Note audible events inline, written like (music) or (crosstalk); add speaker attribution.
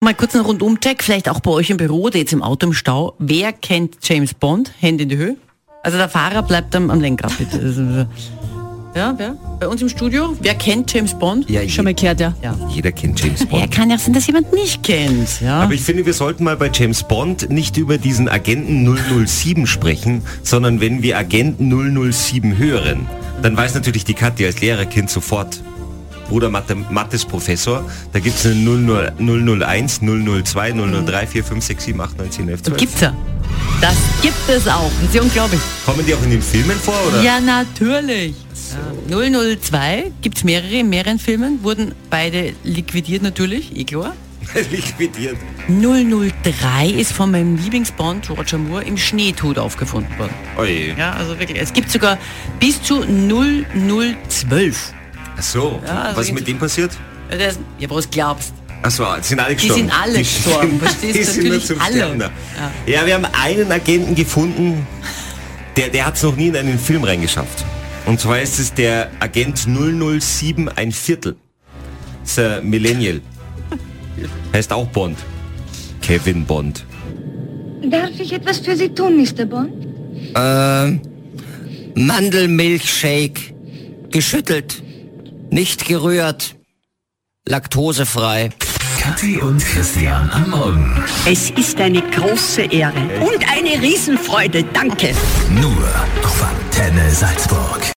Speaker 1: Mal kurz einen Rundumcheck, vielleicht auch bei euch im Büro oder jetzt im Auto im Stau. Wer kennt James Bond? Hände in die Höhe. Also der Fahrer bleibt am, am Lenkrad, bitte. Also, Ja, wer? Bei uns im Studio, wer kennt James Bond?
Speaker 2: Ja, je-
Speaker 3: Schon mal gehört, ja.
Speaker 2: jeder kennt James
Speaker 1: Ja, genau.
Speaker 2: Bond.
Speaker 1: kann ja auch sein, dass jemand nicht kennt. Ja.
Speaker 2: Aber ich finde, wir sollten mal bei James Bond nicht über diesen Agenten 007 sprechen, sondern wenn wir Agenten 007 hören, dann weiß natürlich die Katja als Lehrerkind sofort, Bruder Mathe, Mattes Professor, da gibt es eine 00 001, 002, 003, 4, 5, 6, 7, 8, 9, 10, 11, 12.
Speaker 1: Gibt's ja. Das gibt es auch. Das ist ja unglaublich.
Speaker 2: Kommen die auch in den Filmen vor? Oder?
Speaker 1: Ja, natürlich. Ja. 002 gibt es mehrere in mehreren Filmen, wurden beide liquidiert natürlich, eh klar.
Speaker 2: (laughs) Liquidiert.
Speaker 1: 003 ist von meinem Lieblingsbond Roger Moore im Schneetod aufgefunden worden.
Speaker 2: Oje.
Speaker 1: Ja, also wirklich. Es gibt sogar bis zu 0012.
Speaker 2: Ach so,
Speaker 1: Ja, also
Speaker 2: was ist mit
Speaker 1: irgendwie-
Speaker 2: dem passiert?
Speaker 1: Also das- Ja, was glaubst
Speaker 2: Ach so, sind alle gestorben.
Speaker 1: sind alle gestorben, verstehst
Speaker 2: (laughs) die
Speaker 1: du?
Speaker 2: sind nur
Speaker 1: Natürlich
Speaker 2: zum
Speaker 1: alle.
Speaker 2: Sterben da. Ja. wir haben einen Agenten gefunden, der, der hat es noch nie in einen Film reingeschafft. Und zwar ist es der Agent 007 ein Viertel. Ist
Speaker 1: (laughs)
Speaker 2: ein Millennial. Heißt auch Bond. Kevin Bond.
Speaker 4: Darf ich etwas für Sie tun, Mr. Bond?
Speaker 5: Mandelmilchshake. Geschüttelt. Nicht gerührt. Laktosefrei.
Speaker 6: Kathi und Christian am Morgen.
Speaker 7: Es ist eine große Ehre und eine Riesenfreude. Danke.
Speaker 6: Nur auf Antenne Salzburg.